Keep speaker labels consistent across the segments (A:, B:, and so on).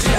A: 知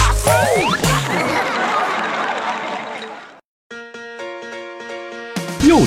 A: 啊！呼。
B: 又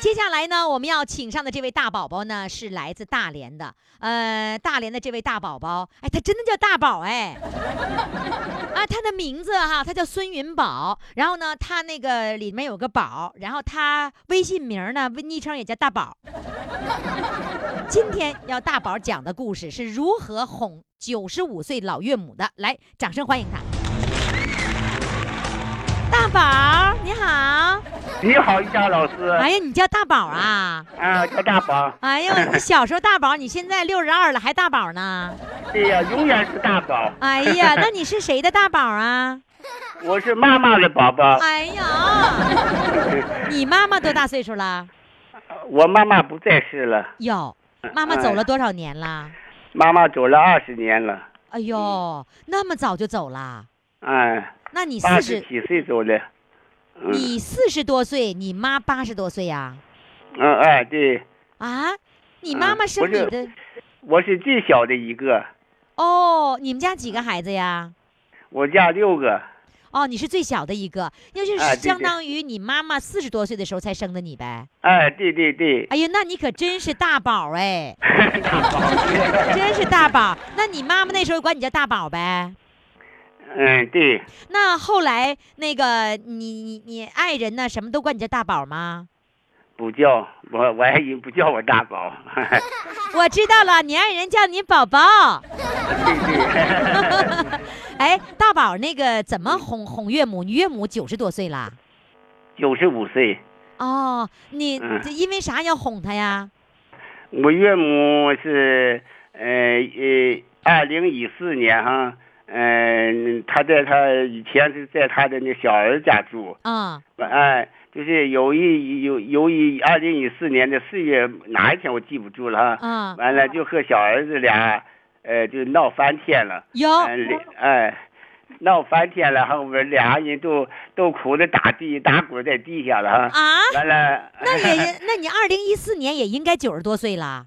C: 接下来呢，我们要请上的这位大宝宝呢，是来自大连的。呃，大连的这位大宝宝，哎，他真的叫大宝哎，啊，他的名字哈，他叫孙云宝。然后呢，他那个里面有个宝，然后他微信名呢，微昵称也叫大宝。今天要大宝讲的故事是如何哄九十五岁老岳母的，来，掌声欢迎他。大宝，你好！
D: 你好，一家老 师
C: 哎呀，你叫大宝 啊？
D: 啊，叫大宝。
C: 哎 呦，你小时候大宝，你现在六十二了还大宝呢？
D: 对哎呀，永远是大宝。
C: 哎 呀，那你是谁的大宝啊？
D: 我是妈妈的宝宝，
C: 哎 呀，你妈妈多大岁数了？
D: 我妈妈不在世了，哎
C: 哟，妈妈走了多少年了？
D: 妈妈走了二十年了，
C: 哎
D: 嗯
C: 呦，那么早就走了？
D: 哎，
C: 那你
D: 八
C: 四
D: 十
C: 十，
D: 几岁走了。嗯
C: 你四十多岁，你妈八十多岁呀、
D: 嗯哎，对，
C: 啊？你妈
D: 嗯
C: 妈生
D: 不
C: 你
D: 是
C: 的？
D: 我是最小的一个，
C: 哦，你们家几个孩子呀？
D: 我家六个。
C: 哦，你是最小的一个，那就
D: 哎
C: 是
D: 对
C: 相
D: 对
C: 当于你妈妈四十多岁的时候才生的你呗。
D: 哎，对对对，
C: 哎呦，那你可真是大宝 哎，
D: 大宝。
C: 真是大宝。那你妈妈那时候管你叫大宝呗？
D: 嗯，对，
C: 那后来那个你你你爱人呢，什么都管你叫大宝吗？
D: 不叫我，我爱人不叫我大宝。
C: 我知道了，你爱人叫你宝宝。
D: 对对。
C: 哎，大宝那个怎么哄哄岳母？你岳母九十多岁了。
D: 九十五岁，
C: 哦，你
D: 嗯
C: 这因为啥要哄她呀？
D: 我岳母是，呃呃，二零一四年哈，嗯、她在她以前是在她的那小儿家住，
C: 啊、
D: 哎、就是由于由由于二零一四年的四月哪一天我记不住了哈，
C: 啊，
D: 完了就和小儿子俩，呃，就闹翻天了，
C: 有
D: 哎、哎闹翻天了，后边俩人都都哭的打地打滚在地下 了哈，
C: 啊？
D: 完了，
C: 那 也，那你二零一四年也应该九十多岁了。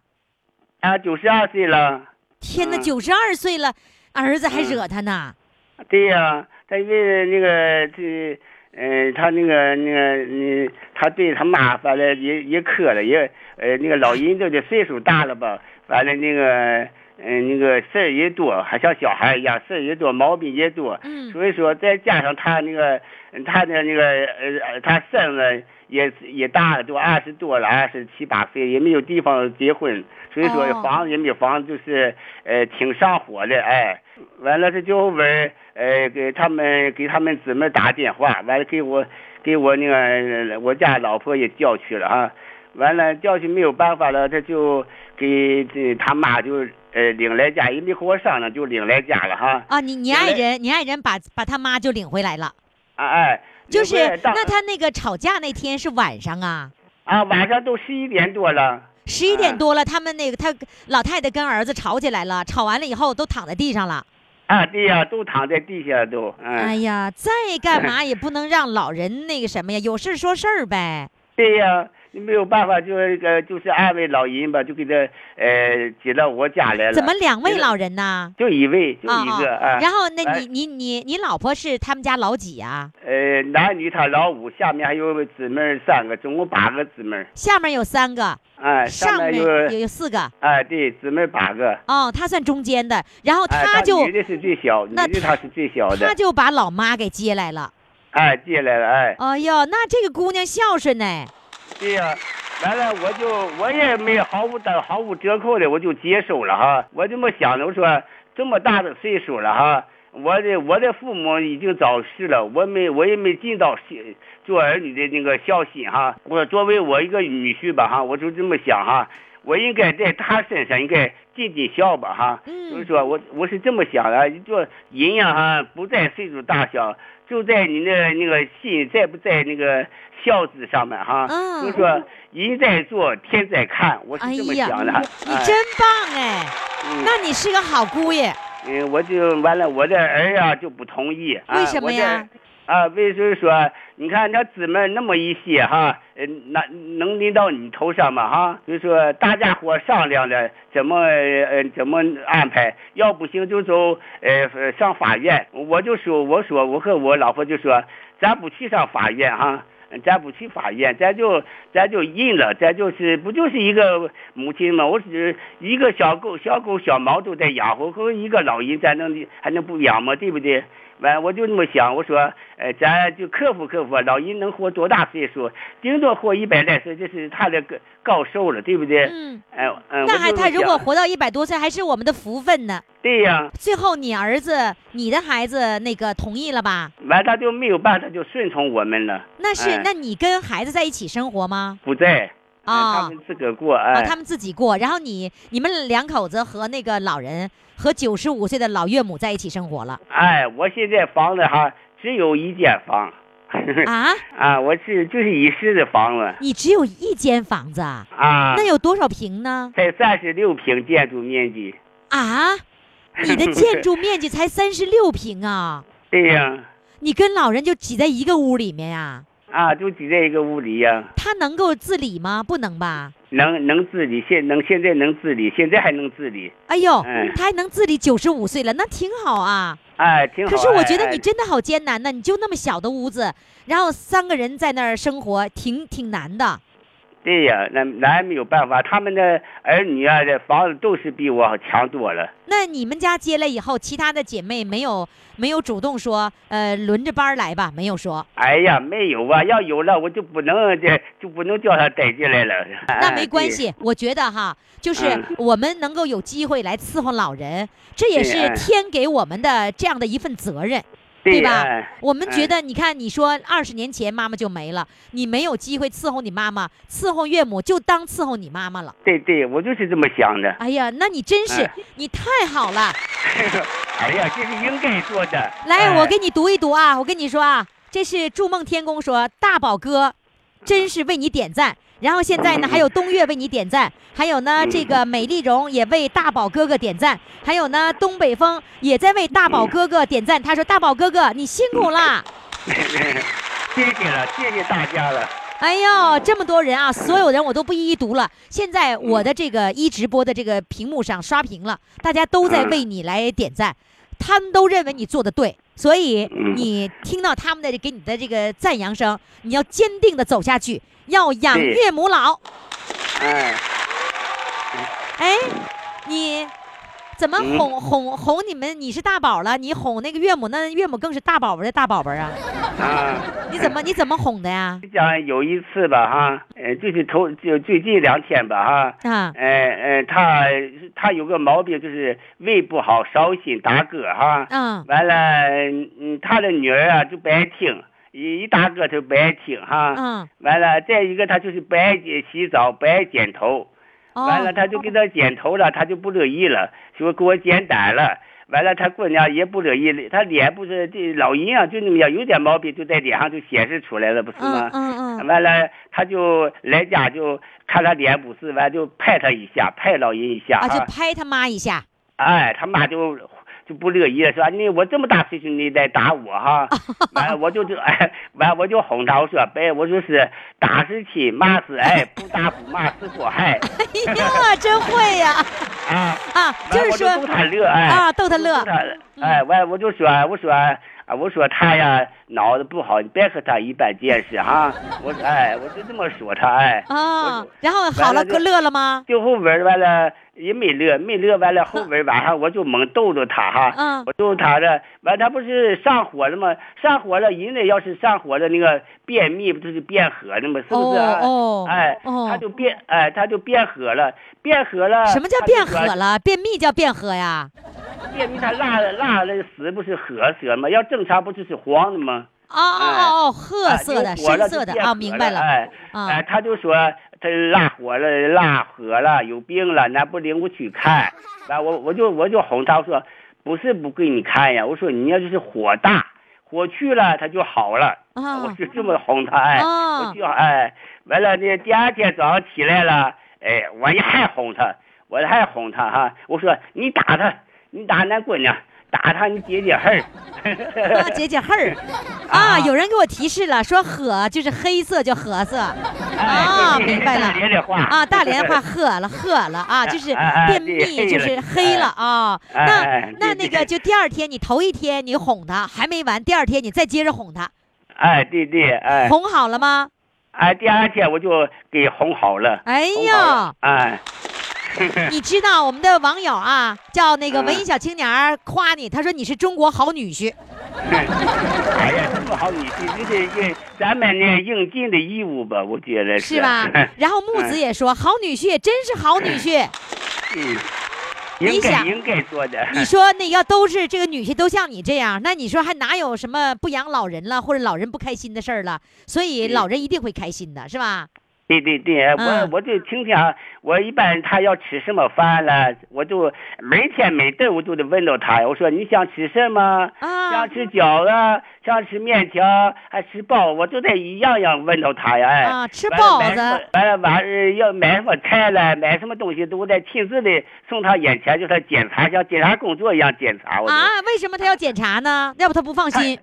D: 啊，九十二岁了。
C: 天哪，
D: 嗯
C: 九十二岁了，儿子还
D: 嗯
C: 惹他呢。
D: 对呀、他因为那个这，呃，他那个那个嗯，他对他妈反正也也渴了，也呃那个老人都得岁数大了吧，完了那个嗯、呃那个事儿也多，还像小孩一样事儿也多，毛病也多，
C: 嗯
D: 所以说再加上他那个他的那个呃他生了。也也大了，都二十多了，二十七八岁，也没有地方结婚，所以说
C: 哦
D: 房子也没房，就是呃挺上火的，哎，完了，这就问呃给他们给他们姊妹打电话，完了给我给我那个呃我家老婆也叫去了啊，完了叫去没有办法了，他就给这他妈就呃领来家，也没和我商量就领来家了哈，
C: 啊，你你
D: 原
C: 爱
D: 来
C: 人，你爱人把把他妈就领回来了，
D: 啊哎，
C: 就是
D: 领回来当
C: 那他那个吵架那天是晚上啊，
D: 啊晚上都十一点多了，
C: 十一点
D: 嗯
C: 多了，他们那个他老太太跟儿子吵起来了，吵完了以后都躺在地上了。
D: 啊对呀、都躺在地下都，嗯，
C: 哎呀，再干嘛也不能让老人那个什么呀，有事儿说事儿呗。
D: 对呀、没有办法，就是呃就是二位老人吧，就给他呃接到我家来了。
C: 怎么两位
D: 接
C: 老
D: 到？
C: 人呢？
D: 就一位，就
C: 啊
D: 一个啊。
C: 然后那
D: 哎
C: 你你你你老婆是他们家老几啊？
D: 呃，男女他老五，下面还有姊妹儿三个，总共八个姊妹儿。
C: 下面有三个，
D: 哎，
C: 上面
D: 面
C: 有
D: 有
C: 有四个。
D: 哎，对，姊妹八个。
C: 哦，他算中间的，然后
D: 哎，
C: 他就、
D: 女的是最小，女
C: 那
D: 的她是最小的
C: 他。就把老妈给接来了。
D: 哎，接来了，哎，
C: 哎呦，那这个姑娘孝顺呢。
D: 对呀、完了，我就我也没毫无打毫无折扣的，我就接手了哈。我这么想的，我说这么大的岁数了哈，我的我的父母已经早逝了，我没我也没尽到孝做儿女的那个孝心哈。我作为我一个女婿吧哈，我就这么想哈，我应该在他身上应该尽尽孝吧哈。所以
C: 嗯，
D: 说我我是这么想的，就人呀、哈，不在岁数大小，就在你的那个心在不在那个孝字上面哈。
C: 嗯
D: 就是说人在做，天在看，我是这么
C: 哎呀
D: 想的。
C: 你
D: 哎
C: 真棒哎，
D: 嗯
C: 那你是个好姑爷。
D: 嗯，我就完了，我的儿啊就不同意。啊
C: 为什么呀？
D: 我这啊，为什么说？你看他姊妹那么一些哈，呃，那能拎到你头上吗？哈，就说大家伙商量着怎么呃怎么安排，要不行就走呃呃上法院。我就说，我说我和我老婆就说，咱不去上法院哈。咱不去法院，咱就咱就认了，咱就是不就是一个母亲嘛？我只一个小狗、小狗、小猫都在养活，和一个老人咱能还能不养吗？对不对？完，我就那么想，我说，呃，咱就克服克服，老人能活多大岁数？顶多活一百来岁，这是他的高高寿了，对不对？
C: 嗯，
D: 哎、嗯，嗯，
C: 那
D: 我
C: 还
D: 就
C: 他如果
D: 想
C: 活到一百多岁，还是我们的福分呢。
D: 对呀、
C: 最后你儿子，你的孩子那个同意了吧？
D: 完他就没有办法，就顺从我们了，
C: 那是、
D: 哎
C: 那你跟孩子在一起生活吗？
D: 不在，嗯
C: 啊
D: 他们自个儿过，哎、
C: 啊，他们自己过，然后你你们两口子和那个老人和九十五岁的老岳母在一起生活了
D: 哎，我现在房子哈只有一间房，
C: 啊？
D: 啊，我是就是一室的房子
C: 你只有一间房子啊？
D: 啊
C: 那，有多少平呢？
D: 才三十六平建筑面积。
C: 啊，你的建筑面积 才三十六平啊，
D: 对哎呀、
C: 你跟老人就挤在一个屋里面呀、
D: 啊，就挤在一个屋里呀、
C: 他能够自理吗？不能吧？
D: 能能自理，现能现在能自理，现在还能自理，
C: 哎呦，
D: 哎
C: 他还能自理，九十五岁了，那挺好啊。
D: 哎，挺好。
C: 可是我觉
D: 哎
C: 得你
D: 哎
C: 真的好艰难呐，你就那么小的屋子，然后三个人在那儿生活，挺挺难的。
D: 对呀、那那没有办法，他们的儿女啊，这房子都是比我强多了。
C: 那你们家接了以后，其他的姐妹没有没有主动说，呃，轮着班儿来吧，没有说，
D: 哎呀，没有啊，要有了我就不能这就不能叫他带进来了。
C: 那没
D: 哎
C: 关。
D: 对
C: 系。我觉得哈，就是
D: 嗯
C: 我们能够有机会来伺候老人，这也
D: 对
C: 是
D: 哎
C: 天给我们的这样的一份责任。对吧
D: 哎
C: 我们觉
D: 哎
C: 得，你看，你说二十年前妈妈就没了，你没有机会伺候你妈妈，伺候岳母就当伺候你妈妈了。
D: 对对，我就是这么想的。
C: 哎呀，那你真是
D: 哎，
C: 你太好了。
D: 哎呀，这是应该做的。
C: 来，
D: 哎
C: 我给你读一读啊！我跟你说啊，这是筑梦天宫说大宝哥，真是为你点赞。然后现在呢，还有东岳为你点赞，还有呢，这个美丽荣也为大宝哥哥点赞，还有呢，东北风也在为大宝哥哥点赞。他说：“大宝哥哥，你辛苦啦！”
D: 谢谢了，谢谢大家了。
C: 哎呦，这么多人啊，所有人我都不一一读了。现在我
D: 嗯
C: 的这个一直播的这个屏幕上刷屏了，大家都
D: 嗯
C: 在为你来点赞，他们都认为你做的对，所以
D: 嗯
C: 你听到他们的给你的这个赞扬声，你要坚定的走下去，要养
D: 对
C: 岳母老。
D: 哎，
C: 哎，你怎么
D: 嗯
C: 哄哄哄你们？你是大宝了，你哄那个岳母，那岳母更是大宝贝儿的大宝贝儿啊！
D: 啊。
C: 你怎么你怎么哄的呀？
D: 讲有一次吧哈，呃，就是头就最近两天吧哈，
C: 啊，
E: 哎
D: 呃呃，他他有个毛病就是胃不好，烧心打嗝哈。
C: 嗯，
D: 完了，嗯，他的女儿啊就不爱听，一一打嗝他就不爱听哈。
C: 嗯，
D: 完了，再一个他就是不爱洗澡，不爱剪头。
C: 哦，
D: 完了，他就给他剪头了，他就不乐意了，说给我剪短了。完了，他姑娘也不乐意，他脸不是这老人啊，就那么样，有点毛病就在脸上就显示出来了，不是
C: 嗯
D: 吗？
C: 嗯嗯。
D: 完了，他就来家就看他脸不是，完就拍他一下，拍老人一下
C: 啊，就
D: 啊，
C: 拍他妈一下。
D: 哎，他妈就就不乐意了，说你我这么大岁数你得打我哈，完了我就这哎，完了我就哄他，我说呗，我说是打是亲，骂是爱，不打不骂是祸害
C: 哎呀，真会呀、
D: 啊。
C: 啊！就
D: 完
C: 是
D: 我
C: 说
D: 逗他乐，哎，
C: 啊，逗他乐
D: 逗，他哎，完我就说，我说啊，我说他呀脑子不好，你别和他一般见识哈。我说哎，我就这么说他哎。
C: 啊
D: 我，
C: 然后好了，
D: 完了就
C: 哥乐了吗？
D: 最后文完了也没乐，没乐完了后文晚上我就猛逗逗他哈，
C: 哎嗯
D: 我逗他的，完他不是上火了吗？上火了，人类要是上火了，那个便秘不就是变核了吗？是不是、啊？
C: 哦哦
D: 哎，
C: 哦
D: 他就变哎，他就变核了，变核了。
C: 什么叫
D: 他就
C: 变
D: 说
C: 喝了？便秘叫变喝呀？
D: 便秘他拉了拉了屎不是褐色吗？要正常不就是黄的吗？
C: 哦哦哦，褐
D: 哎
C: 色的、
D: 有火了
C: 深
D: 就
C: 色的
D: 变
C: 啊，
D: 褐
C: 明白了。
D: 哎，
C: 啊
D: 哎， 他就说他拉火了，拉火了，有病了，咱不领我去 看。完，我我就我就哄他我说，不是不给你看呀，我说你要就是火大，火去了他就好了。
C: 啊
D: 我就这么哄他，哎，
C: 啊
D: 我就哎，完了呢，第二天早上起来了，哎，我也还哄他，我还哄他哈、我说你打他，你打俺姑娘，打他你解解恨儿。
C: 啊，解解恨儿啊！有人给我提示了，说褐就是黑色叫褐色
D: 哎
C: 啊，明白
D: 大
C: 了。
D: 连的话
C: 啊，大连话褐了，褐了啊，就是
D: 哎哎
C: 便
D: 对
C: 秘，
D: 黑
C: 就是
D: 了
C: 黑了啊。
D: 哎
C: 那
D: 哎
C: 那那
D: 对对
C: 个，就第二天你头一天你哄他还没完，第二天你再接着哄他，
D: 哎，对对，哎，
C: 哄好了吗？
D: 哎，第二天我就给哄好了。
C: 哎
D: 哄好了
C: 呀，，
D: 哎，
C: 你知道我们的网友啊，叫那个文艺
D: 嗯
C: 小青年儿夸你，他说你是中国好女 婿。
D: 哎呀，这么好女婿，这这这，咱们呢应尽的义务吧，我觉得？
C: 是吧 然后木子也说，好女婿真是好女婿。
D: 嗯，
C: 你
D: 应该
C: 想
D: 应该做的。
C: 你说那要都是这个女婿都像你这样，那你说还哪有什么不养老人了，或者老人不开心的事儿了？所以老人一定会开心的，是吧？
D: 对对对，我
C: 嗯
D: 我就听听，我一般他要吃什么饭了，我就每天每顿我就得问到他，我说你想吃什么？
C: 啊
D: 想吃饺子，想吃面条，还吃包，我就得一样样问到他呀。哎
C: 啊，吃
D: 完了买
C: 包
D: 什么
C: 子，
D: 完了完了要买什么菜了，买什么东西都得亲自的送他眼前，就他检查，像检查工作一样检查我。就
C: 啊？为什么他要检查呢？要不他不放心。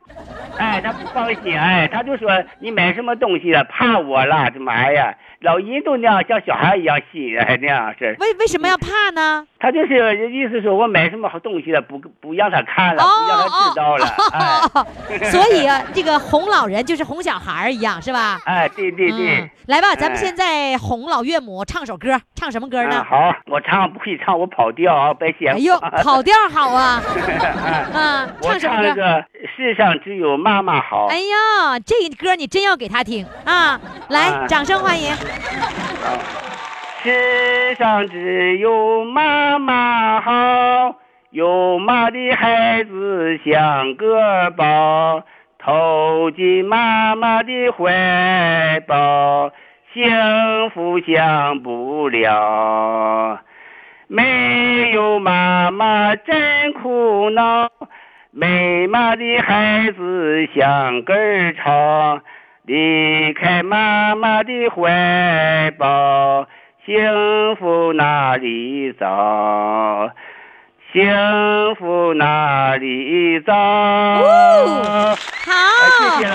D: 哎，他不放心，哎，他就说你买什么东西了，怕我了，这玩意儿，老人都那样，像小孩一样信，哎，那样是。
C: 为为什么要怕 呢？
D: 他就是意思说我买什么好东西了，不不让他看了，不让他知道了，哎
C: 哦，所以啊这个哄老人就是哄小孩儿一样，是吧？
D: 哎，对对对
C: 嗯。，来吧，咱们
D: 哎
C: 现在哄老岳母唱首歌，唱什么歌
D: 嗯，
C: 呢？
D: 好，我唱不会唱，我跑调啊，白嫌。
C: 哎 呦，跑调好啊！啊，
D: 我
C: 唱什
D: 唱
C: 么
D: 了
C: 歌？
D: 个世上只有妈妈好。
C: 哎呀，这歌你真要给他听啊！来，
D: 哎
C: 掌声欢迎！
D: 啊世上只有妈妈好，有妈的孩子像个宝，投进妈妈的怀抱，幸福享不了。没有妈妈真苦恼，没妈的孩子像根草，离开妈妈的怀抱，幸福哪里找？幸福哪里找？
C: 哦
D: 哎谢
C: 好
D: 谢，了。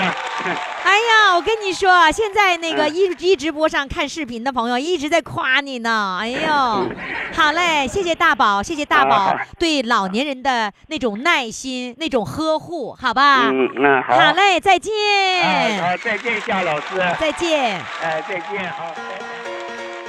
C: 哎呀，我跟你说，现在那个
D: 嗯
C: 一一直播上看视频的朋友一直在夸你呢。哎呦，好嘞，谢谢大宝，谢谢大宝
D: 嗯啊
C: 对老年人的那种耐心、那种呵护，好吧？
D: 嗯，那好。
C: 好嘞，再
D: 哎。
C: 见，
D: 好，再见，夏老师。
C: 再见。
D: 哎，再见，好。再见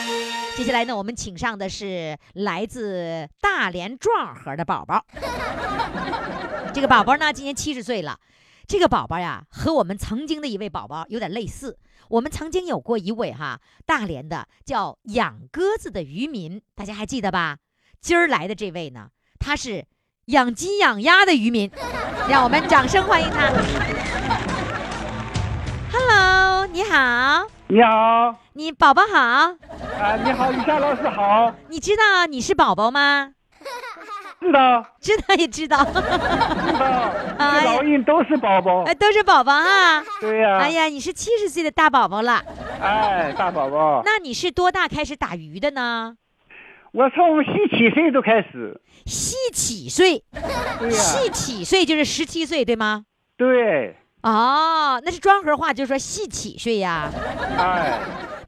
C: 接下来呢，我们请上的是来自大连壮河的宝宝。这个宝宝呢，今年七十岁了。这个宝宝呀，和我们曾经的一位宝宝有点类似。我们曾经有过一位哈大连的叫养鸽子的渔民，大家还记得吧？今儿来的这位呢，他是养鸡养鸭的渔民，让我们掌声欢迎他。Hello，你好，
F: 你好，
C: 你宝宝好，
F: 啊，你好，雨霞老师好，
C: 你知道你是宝宝吗？
F: 知道
C: 知道也知道，
F: 知道，
C: 哎呀
F: 老人都是宝宝
C: 哎，，都是宝宝哈。
F: 对啊呀、
C: 哎呀，你是七十岁的大宝宝了，
F: 哎，大宝宝，
C: 那你是多大开始打鱼的呢？
F: 我从十七岁都开始，
C: 细起岁，
F: 对呀、
C: 细起岁就是十七岁对吗？
F: 对，
C: 哦，那是庄河话，就是说细起岁呀。
F: 哎，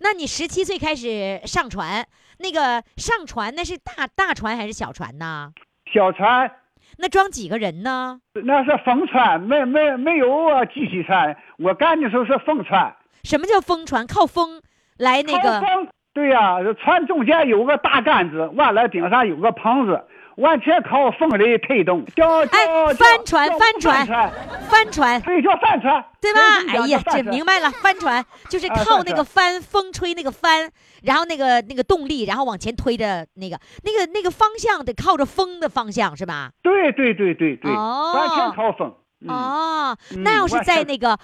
C: 那你十七岁开始上船，那个上船那是大大船还是小船呢？
F: 小船
C: 那装几个人呢？
F: 那是风船，没没没有啊，机器船，我干的时候是风船，
C: 什么叫风船？靠风来那
F: 靠
C: 个
F: 风，对呀、船中间有个大杆子，完了顶上有个棚子。完全靠风力推动，叫叫
C: 哎
F: 叫
C: 帆船
F: 叫
C: 帆船
F: 船，
C: 帆船，
F: 对，叫帆船，
C: 对吧？
F: 人
C: 哎
F: 家讲
C: 呀，
F: 叫
C: 这
F: 帆船
C: 明白了，帆船就是
F: 啊
C: 靠
F: 帆
C: 那
F: 船
C: 个帆，风吹那个帆，然后那个那个动力，然后往前推着那个那个那个方向得靠着风的方向是吧？
F: 对对对对对，
C: 哦
F: 完全靠风。嗯、
C: 哦，
F: 嗯
C: 那要是
F: 我
C: 在
F: 想
C: 那个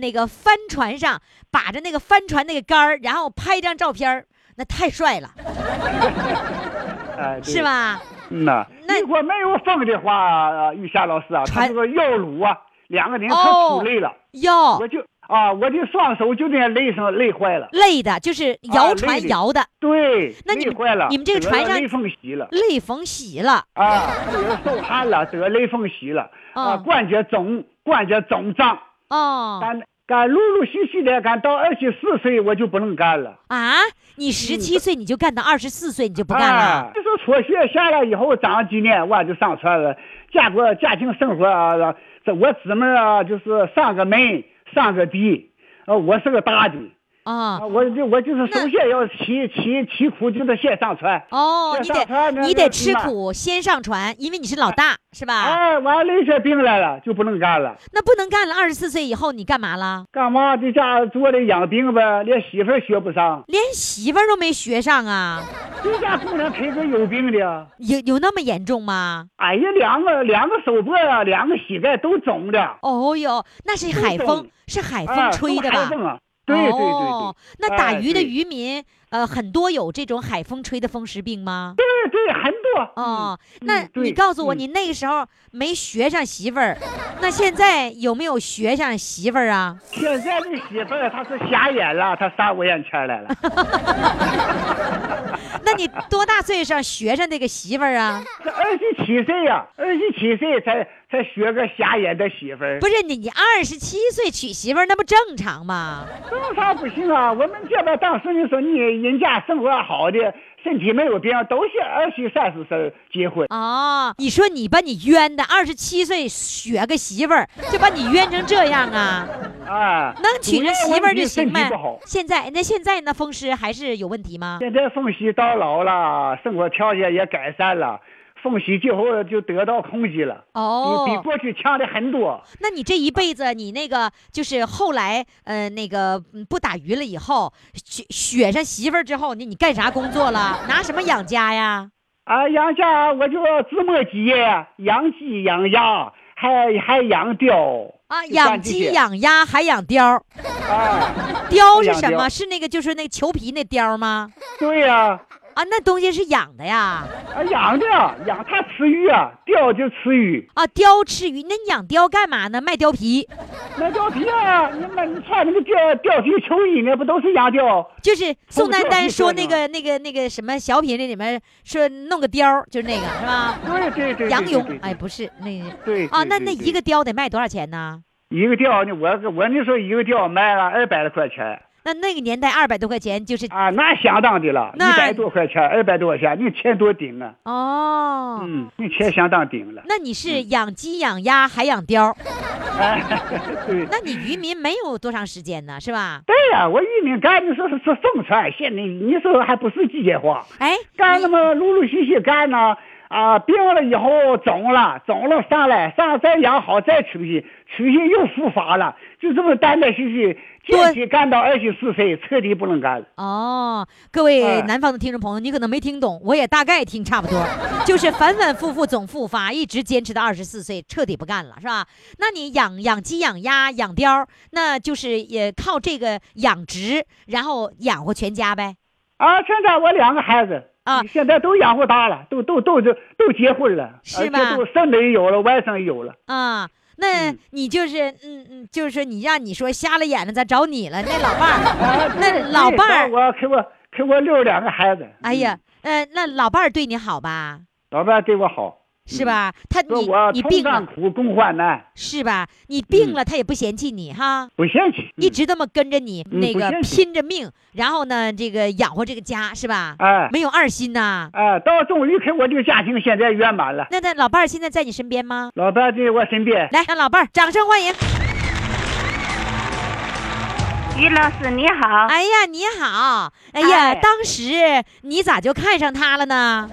C: 那个帆船上把着那个帆船那个杆儿，然后拍一张照片儿那太帅了，
F: 哎，对
C: 是？吧？
F: 嗯呐，
C: 那
F: 如果没有风的话，呃玉霞老师啊，他
C: 船
F: 这个腰乳啊，两个人可
C: 哦
F: 出累了，
C: 哟
F: 我，就啊，我的双手就那累上累坏了，
C: 累的，就是
F: 啊
C: 摇
F: 累
C: 船
F: 的
C: 摇的，
F: 对，
C: 那你
F: 累
C: 们
F: 坏了，
C: 你们这个
F: 得
C: 船上
F: 雷风席了
C: 累逢喜了。
F: 啊，得受寒了，得雷风席了啊，
C: 嗯
F: 关节肿，关节肿胀，
C: 哦
F: 干干陆陆续续的，干到二十四岁我就不能干了。
C: 啊！你十七岁你就干到二十四岁，你就不干了
F: 啊。这时候辍学下来以后，长了几年，我就上船了。家国家庭生活啊，这我姊妹啊，就是上个门，上个地，呃，我是个大的，
C: 啊
F: 啊，我就我就是
C: 那
F: 首先要吃吃吃苦，就是先上船。
C: 哦，
F: 先
C: 你
F: 上
C: 得
F: 船那
C: 你
F: 就
C: 得
F: 是
C: 吃
F: 嘛
C: 苦，先上船，因为你是老大，是吧？
F: 哎，完了，些病来了就不能干了，
C: 那不能干了，二十四岁以后你干嘛了？
F: 干嘛在家坐着养病呗，连媳妇儿学不上，
C: 连媳妇儿都没学上啊？
F: 这家姑娘陪着有病的，
C: 有有那么严重吗？
F: 哎呀，两个两个手背啊，两个膝盖都肿的，
C: 哦哟，那是海
F: 都
C: 风
F: 懂，
C: 是海
F: 哎
C: 风吹的
F: 都海
C: 吧？
F: 风啊，对对对对。
C: 哦，那打
F: 哎
C: 鱼的
F: 对
C: 渔民，呃，很多有这种海风吹的风湿病吗？
F: 对对，很多。
C: 哦，
F: 嗯
C: 那你
F: 对
C: 告诉我，
F: 嗯
C: 你那个时候没学上媳妇儿，那现在有没有学上媳妇儿 啊？
F: 现在的媳妇儿她是瞎眼了，她上我眼圈来了。
C: 那你多大岁数上学上那个媳妇儿啊？
F: 这二十七岁呀、二十七岁才才学个瞎眼的媳妇儿
C: 不，是你，你二十七岁娶媳妇儿，那不正常吗？
F: 正常不行啊。我们这边当时你说你人家生活好的，身体没有病，都是二十三十岁结婚。
C: 哦，你说你把你冤的，二十七岁学个媳妇儿，就把你冤成这样啊？
F: 啊，
C: 能娶
F: 主
C: 上
F: 要
C: 媳妇
F: 问
C: 儿
F: 题
C: 就行
F: 身体
C: 呗
F: 不好。。
C: 现在那现在那风湿还是有问题吗？
F: 现在凤喜到老了，生活条件也改善了，凤喜今后就得到控制了，比比
C: 哦，
F: 过去强的很多。
C: 那你这一辈子，你那个就是后来呃那个嗯不打鱼了以后，学学上媳妇儿之后，你你干啥工作了？拿什么养家呀？
F: 啊，养家我就自摸鸡，养鸡养鸭，还还养貂
C: 啊，
F: 就干
C: 养
F: 这
C: 鸡、
F: 些
C: 养鸭，还养貂儿。
F: 啊。
C: 貂是
F: 养
C: 什么？
F: 貂
C: 是那个就是那个裘皮那貂吗？
F: 对呀、啊，
C: 啊，那东西是养的呀。
F: 养的养它吃鱼啊，貂就吃鱼。
C: 啊，貂吃鱼，那你养貂干嘛呢？卖貂皮，
F: 那貂皮啊，你买你穿那个貂貂皮秋衣呢，不都是养貂？
C: 就是宋丹丹说那
F: 不
C: 个那个那个什么小品里面说弄个貂儿，就是那个是吧？
F: 对对对，
C: 杨
F: 对
C: 勇，
F: 对
C: 哎，不是那个
F: 对
C: 啊，
F: 对
C: 那
F: 对
C: 那
F: 对
C: 一个貂得卖多少钱呢？
F: 一个貂呢，我我那时候一个貂卖了二百来块钱
C: 那那个年代二百多块钱就是
F: 啊，那相当的了，
C: 那
F: 一百多块钱，二百多块钱，你钱多顶啊，
C: 哦。
F: 嗯，你钱相当顶了，
C: 那你是养鸡、养鸭还养貂儿，
F: 哎， 对。
C: 那你渔民没有多长时间呢，是吧？
F: 对呀、我玉米干的时候是是风川，现在你说还不是季节化，
C: 哎，
F: 干那么陆陆续续干呢，
G: 啊，病了以后肿了，肿了上来，上来再养好，再出去，出去又复发了，就这么断断续续，
C: 对
G: 坚持干到二十四岁，彻底不能干了。
C: 哦，各位
G: 哎
C: 南方的听众朋友，你可能没听懂，我也大概听差不多，就是反反复复总复发，一直坚持到二十四岁，彻底不干了，是吧？那你养养鸡、养鸭、养貂儿，那就是也靠这个养殖，然后养活全家呗。
G: 啊，现在我两个孩子
C: 啊
G: 现在都养活大了，都都都都都结婚了，
C: 是
G: 而且
C: 吧
G: 都孙子也有了，外甥也有了。
C: 啊、那
G: 嗯
C: 你就是嗯嗯，就是说你让你说瞎了眼了，咱找你了，那老伴
G: 啊
C: 儿，，
G: 对
C: 那老
G: 对
C: 伴儿，
G: 我嗯给我给我遛两个孩子。
C: 哎呀，呃，那老伴儿对你好吧？
G: 老伴儿对我好，
C: 是吧？他
G: 嗯说
C: 你
G: 我
C: 你
G: 同
C: 病了
G: 甘苦，共患难，
C: 是吧？你病了他也不嫌弃你哈。
G: 不嫌弃。
C: 一
G: 嗯
C: 直这么跟着你，
G: 嗯
C: 那
G: 不
C: 个
G: 嫌弃
C: 拼着命，然后呢，这个养活这个家是吧？
G: 哎
C: 没有二心呐、
G: 哎，到终于给我这个家庭现在圆满了。
C: 那那老伴儿现在在你身边吗？
G: 老伴儿在我身边，
C: 来，让老伴儿掌声欢迎。
H: 于老师你好，
C: 哎呀，你好！哎呀，
H: 哎
C: 当时你咋就看上他了呢？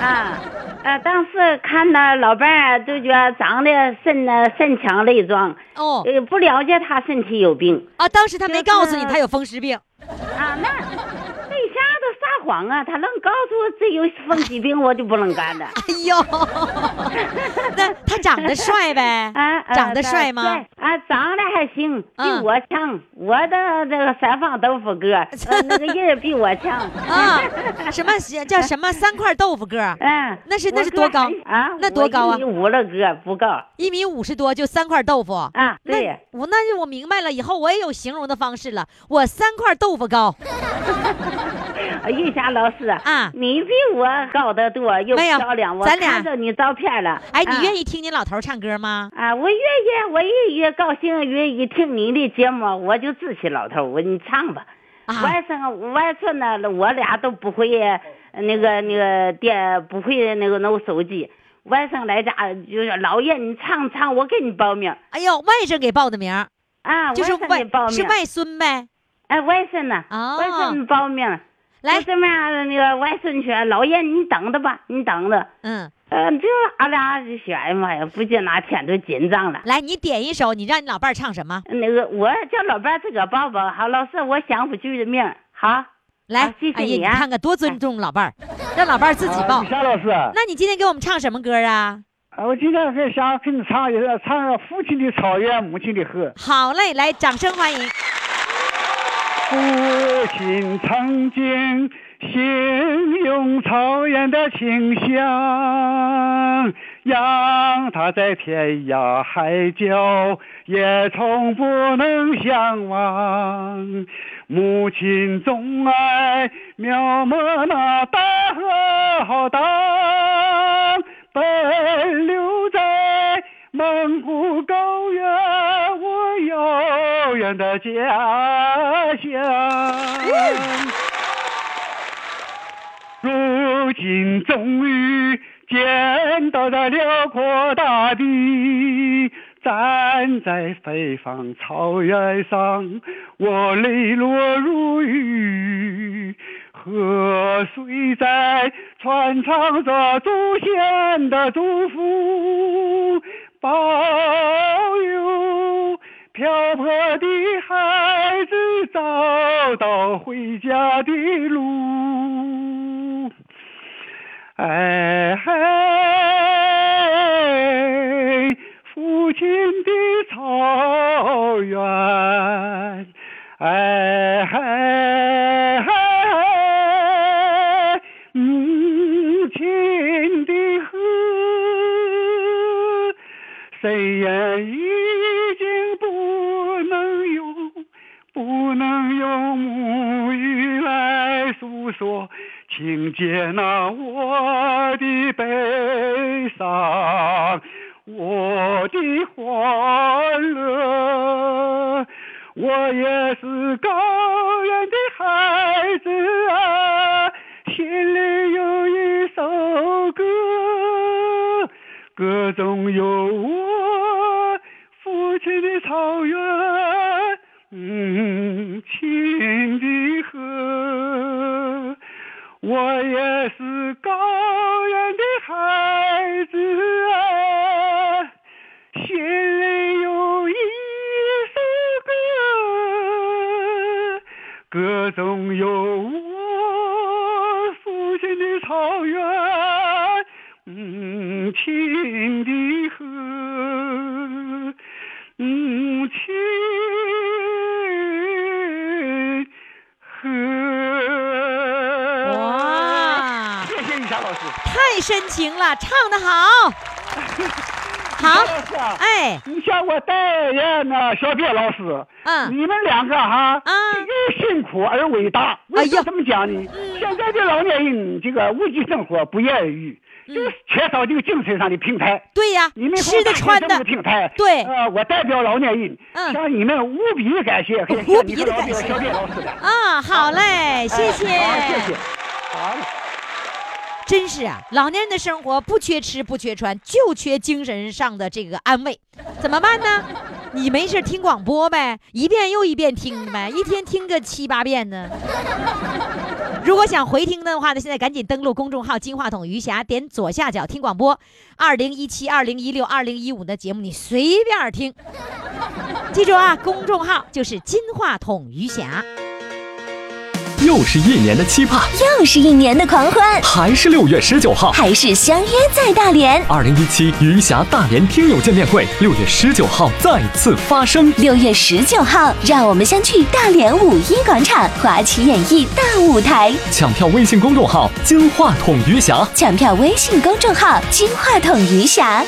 H: 啊，呃，当时看到老伴儿就觉得长得身呢身强力壮，
C: 哦
H: 呃，不了解他身体有病
C: 啊，当时他没
H: 就是
C: 告诉你他有风湿病。
H: 啊，那对象都撒谎啊，他能告诉我这有风疾病，我就不能干的。
C: 哎 呦，那他长得帅呗？
H: 啊，呃
C: 长得帅吗？
H: 帅啊，长得还行，比
C: 嗯
H: 我强。我的这个三方豆腐 哥，呃那个人儿比我强。
C: 啊，什么叫什么三块豆腐个儿？
H: 嗯，
C: 那是那
H: 我
C: 是
H: 个
C: 多高
H: 很啊？
C: 那多高啊
H: 我一米五了，哥不高
C: 一米五十多就三块豆腐
H: 啊。对
C: 那我那我明白了，以后我也有形容的方式了。我三块豆腐高，
H: 哎玉霞老师
C: 啊
H: 你比我高得多，又
C: 没有
H: 漂亮，我
C: 咱俩
H: 看着你照片了。啊
C: 哎，你愿
H: 意？
C: 意听你老头儿唱歌吗？
H: 啊，我愿意，我越越高兴，越一听你的节目，我就支持老头儿，我你唱吧。
C: 啊，
H: 外甥外孙呢，我俩都不会呃那个那个电，不会那个弄手机。外甥来家就是老爷，你唱唱，我给你报名
C: 哎呦，外甥给报的名儿，
H: 啊。
C: 就是
H: 外甥给报
C: 外
H: 名，
C: 是外孙呗。
H: 哎外甥呢？
C: 哦
H: 外甥报名。
C: 来
H: 就，这么样，那个外孙去，老爷你等着吧，你等着。
C: 嗯，
H: 嗯，这俺俩就选，哎妈呀，不仅哪天都紧张了。
C: 来，你点一首，你让你老伴儿唱什么？
H: 那个，我叫老伴儿自个儿抱抱。好，老师，我想不出的名儿。好，
C: 来
H: 好，谢谢
C: 哎呀，
H: 你啊哎
C: 看看多尊重老伴儿，让老伴儿自己
G: 啊
C: 报
G: 李。霞老师，啊，
C: 那你今天给我们唱什么歌啊？
G: 我今天还想给你唱一个，唱个《父亲的草原，母亲的河》。
C: 好嘞，来，掌声欢迎。
G: 父亲曾经形容草原的清香，让他在天涯海角也从不能相忘。母亲钟爱描摹那大河浩荡，奔流在蒙古高原，我遥远的家乡。如今终于见到这辽阔大地，站在北方草原上，我泪落如雨。河水在传唱着祖先的祝福，保佑漂泊的孩子找到回家的路。哎嘿，父亲的草原，哎嘿嘿，母亲的河，谁也已经不能用，不能用母语来诉说，请接纳我的悲伤，我的欢乐。我也是高原的孩子啊，心里有一首歌，歌中有我父亲的草原，嗯母亲的河。我也是高原的孩啊心嗯的河，母亲河。
C: 哇，
G: 谢谢雨霞老师。
C: 太深情了，唱的 好，好，
G: 好
C: 哎，
G: 你像我代言呢，小别老师，
C: 嗯
G: 你们两个哈，
C: 啊
G: 又辛苦而伟大。为
C: 哎
G: 什么
C: 呦
G: 这么讲呢？现在的老年人这个物质生活不言而喻，
C: 嗯
G: 就是 缺少这个精神上的平台。
C: 对呀
G: 你们，
C: 吃的穿的
G: 的，平台，
C: 对
G: 呃，我代表老年人，
C: 嗯
G: 向你们无比的感谢，可以
C: 无
G: 向
C: 比
G: 你
C: 地
G: 们老
C: 感
G: 表
C: 谢
G: 小别老师的，
C: 啊，好嘞，谢谢，
G: 哎好谢谢，好嘞。
C: 真是啊，老年人的生活不缺吃不缺穿，就缺精神上的这个安慰，怎么办呢？你没事听广播呗，一遍又一遍听呗，一天听个七八遍呢。如果想回听的话呢，现在赶紧登录公众号“金话筒余霞”，点左下角听广播。二零一七、二零一六、二零一五的节目你随便儿听，记住啊，公众号就是“金话筒余霞”。
B: 又是一年的期盼，
I: 又是一年的狂欢，
B: 还是六月十九号。
I: 还是相约在大连。
B: 二零一七余霞大连听友见面会，六月十九号再次发生。
I: 六月十九号，让我们相聚大连五一广场华旗演艺大舞台。
B: 抢票微信公众号“金话筒余霞
I: 抢票微信公众号“金话筒余霞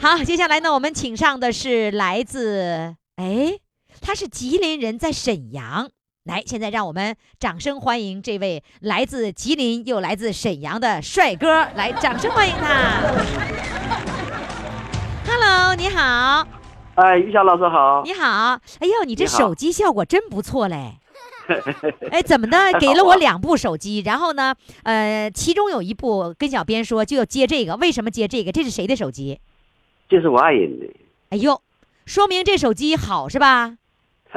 C: 好，接下来呢，我们请上的是来自，哎，他是吉林人，在沈阳。来，现在让我们掌声欢迎这位来自吉林又来自沈阳的帅哥，来，掌声欢迎
D: 啊
C: 他。Hello，你好，
J: 哎，于霞老师好，
C: 你好，哎呦，你这
J: 你好
C: 手机效果 真不错嘞。哎，怎么的？
J: 好
C: 给了我
J: 啊
C: 两部手机，然后呢，呃，其中有一部跟小编说就要接这个，为什么接这个？这是谁的手机？
J: 这是我爱人的，
C: 哎呦，说明这手机好是吧？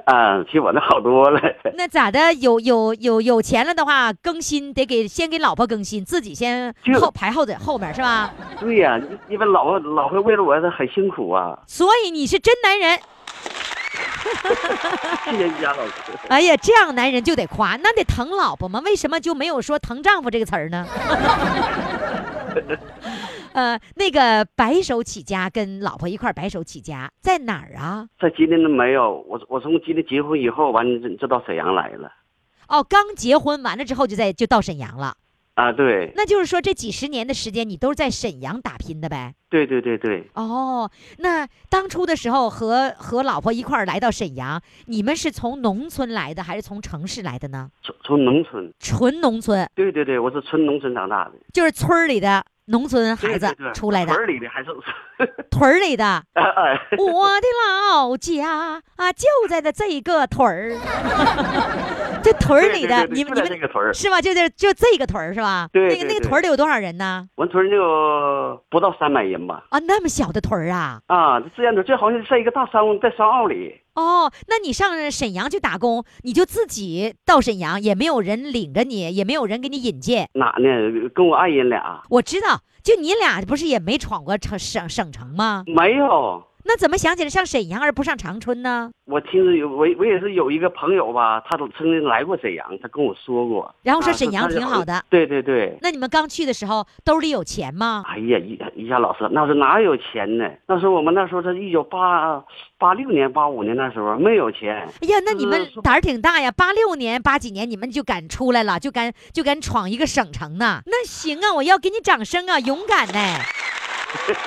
J: 啊，比我那好多了。
C: 那咋的？有有有有钱了的话，更新得给先给老婆更新，自己先
J: 这
C: 后排后的后面是吧？
J: 对呀、因为老婆老婆为了我很辛苦啊。
C: 所以你是真男人。
J: 谢谢于霞老师，
C: 哎呀，这样男人就得夸，那得疼老婆吗？为什么就没有说疼丈夫这个词儿呢？呃，那个白手起家，跟老婆一块儿白手起家，在哪儿啊？
J: 在吉林都没有，我我从吉林结婚以后，完就就到沈阳来了。
C: 哦，刚结婚完了之后就在就到沈阳了，
J: 啊，对
C: 那就是说这几十年的时间你都是在沈阳打拼的呗？
J: 对对对对，
C: 哦，那当初的时候和和老婆一块儿来到沈阳，你们是从农村来的还是从城市来的呢？
J: 从从农村，
C: 纯农村，
J: 对对对，我是纯农村长大的，
C: 就是村儿里的农村孩
J: 对
C: 子
J: 对对
C: 出来的，
J: 屯儿里的还是，
C: 屯儿里的。
J: 哎哎，
C: 我的老家啊，就在的这个屯儿， 这屯儿里的
J: 对对对对
C: 你们你
J: 就在这
C: 们
J: 个屯儿，
C: 是吧？就这就这个屯儿是吧？
J: 对
C: 那个
J: 对
C: 那个
J: 对
C: 屯儿里有多少人呢？
J: 我们屯儿就不到三百人吧。
C: 啊，那么小的屯儿啊！
J: 啊，这样的，这好像在一个大商在商奥里，
C: 哦，那你上沈阳去打工，你就自己到沈阳，也没有人领着你，也没有人给你引荐。
J: 哪呢？跟我爱人俩
C: 我知道，就你俩不是也没闯过城省省城吗？
J: 没有。
C: 那怎么想起来上沈阳而不上长春呢？
J: 我听着有我我也是有一个朋友吧，他都曾经来过沈阳，他跟我说过，
C: 然后说
J: 啊
C: 沈阳挺好的。
J: 对对对，
C: 那你们刚去的时候兜里有钱吗？
J: 哎呀，一一下老师，那时候哪有钱呢？那时候我们那时候他一九八八六年、八五年那时候没有钱，
C: 哎呀，那你们
J: 嗯
C: 胆儿挺大呀！八六年、八几年你们就敢出来了，就敢就敢闯一个省城呢？那行啊，我要给你掌声啊，勇敢呢、
J: 谢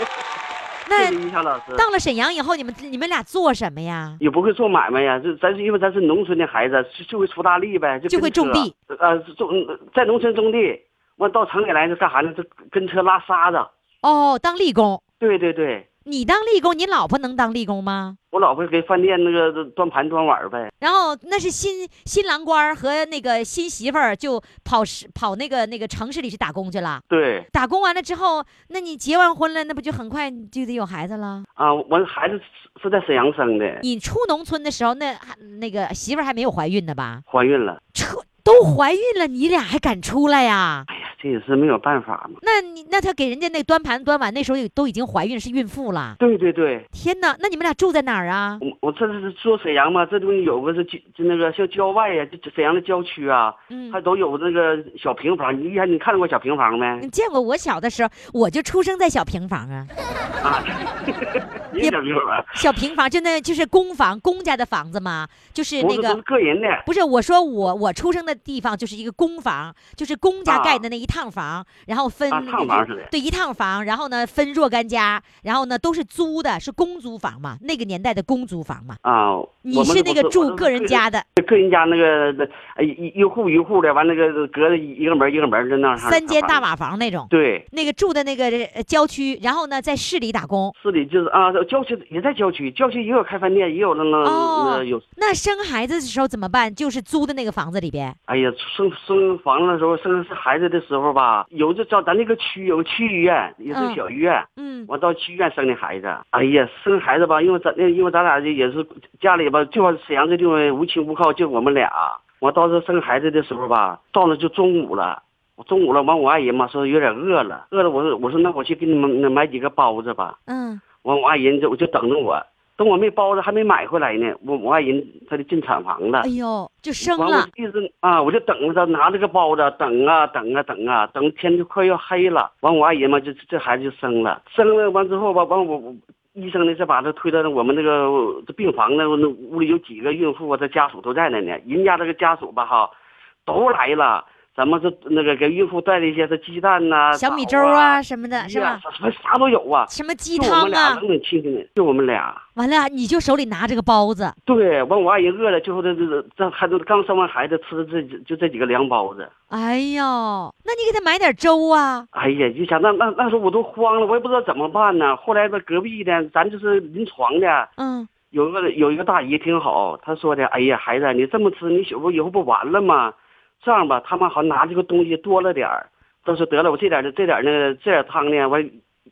C: 那
J: 谢一下老师。
C: 到了沈阳以后，你们你们俩做什么呀？
J: 也不会做买卖呀，这咱是因为咱是农村的孩子，就就会出大力呗，就
C: 就会
J: 跟车
C: 种地，
J: 呃，种在农村种地，完到城里来就干啥呢？就跟车拉沙子。
C: 哦，当力工。
J: 对对对，
C: 你当力工，你老婆能当力工吗？
J: 我老婆给饭店那个端盘端碗呗。
C: 然后那是新新郎官儿和那个新媳妇儿就跑市跑那个那个城市里去打工去了。
J: 对
C: 打工完了之后，那你结完婚了，那不就很快你就得有孩子了？
J: 啊，我孩子是是在沈阳生的，
C: 你出农村的时候，那还那个媳妇儿还没有怀孕呢吧？
J: 怀孕了。
C: 彻都怀孕了，你俩还敢出来呀？
J: 哎呀，这也是没有办法嘛。
C: 那你那他给人家那端盘端碗，那时候也都已经怀孕是孕妇了。
J: 对对对，
C: 天哪，那你们俩住在哪儿啊？
J: 我我这是说沈阳嘛，这东西有个是就就那个像郊外呀、就沈阳的郊区啊，
C: 嗯
J: 它都有这个小平房。你看你看过小平房没？
C: 你见过我小的时候，我就出生在小平房啊，
J: 啊， 也小平房，
C: 小平房就那就是公房，公家的房子嘛，就是
J: 不
C: 那
J: 是
C: 个
J: 都是个人的。
C: 不是，我说我我出生的地方就是一个公房，就是公家盖的那一趟房，然后分、
J: 啊趟房似的
C: 对一趟房，然后呢分若干家，然后呢都是租的，是公租房嘛，那个年代的公租房嘛。
J: 啊，
C: 你
J: 我们
C: 是那个
J: 我
C: 住
J: 都
C: 个人家的，
J: 个人家那个呃一一户一户的，完那个隔着一个门一个门的那样
C: 三间大
J: 瓦。
C: 瓦房那种，
J: 对，
C: 那个住的那个呃郊区，然后呢在市里打工。
J: 市里就是啊，郊区也在郊区，郊区也有开饭店，也有那那、
C: 哦
J: 那有。
C: 那生孩子的时候怎么办？就是租的那个房子里边。
J: 哎呀，生生房的时候，生孩子的时候吧，有就找咱那个区有个区医院，也是
C: 嗯
J: 小医院。
C: 嗯，
J: 我到区医院生的孩子，哎呀，生孩子吧，因为咱那因为咱俩这也是家里吧，就往沈阳这地方无亲无靠，就我们俩。我当时生孩子的时候吧，到了就中午了，我中午了，完我爱人嘛说有点饿了，饿了我说我说那我去给你们买几个包子吧。
C: 嗯，
J: 完我爱人就我就等着我，等我没包子还没买回来呢，我我爱人他就进产房了
E: 啊
C: 哎。呦，就生
J: 完我
C: 了。
J: 一直啊，我就等着他拿这个包子，等啊等啊等啊，等天就快要黑了。完我爱人嘛，就这孩子就生了，生了完之后吧，完我我医生呢，再把他推到我们那个这病房那那屋里有几个孕妇啊，她家属都在那呢。人家这个家属吧哈，都来了，咱们这那个给孕妇带了一些这鸡蛋呐、
C: 小米
J: 枣
C: 粥啊什么的，
J: 哎
C: 是
J: 呀
C: 吧？
J: 啥啥都有啊，
C: 什么鸡
J: 就我
C: 汤
J: 们俩
C: 啊？
J: 冷冷清清的，就我们俩。
C: 完了，你就手里拿着个包子。
J: 对，完我爱人饿了，最后这这这孩子刚生完孩子，吃的这几就这几个凉包子。
C: 哎呦，那你给他买点粥啊！
J: 哎呀，就想那那那时候我都慌了，我也不知道怎么办呢。后来那隔壁的，咱就是临床的，
C: 嗯，
J: 有个有一个大姨挺好，她说的，哎呀，孩子，你这么吃，你媳妇以后不完了吗？这样吧，他们好像拿这个东西多了点儿，都说得了，我这点儿这点儿那个这点儿汤呢，我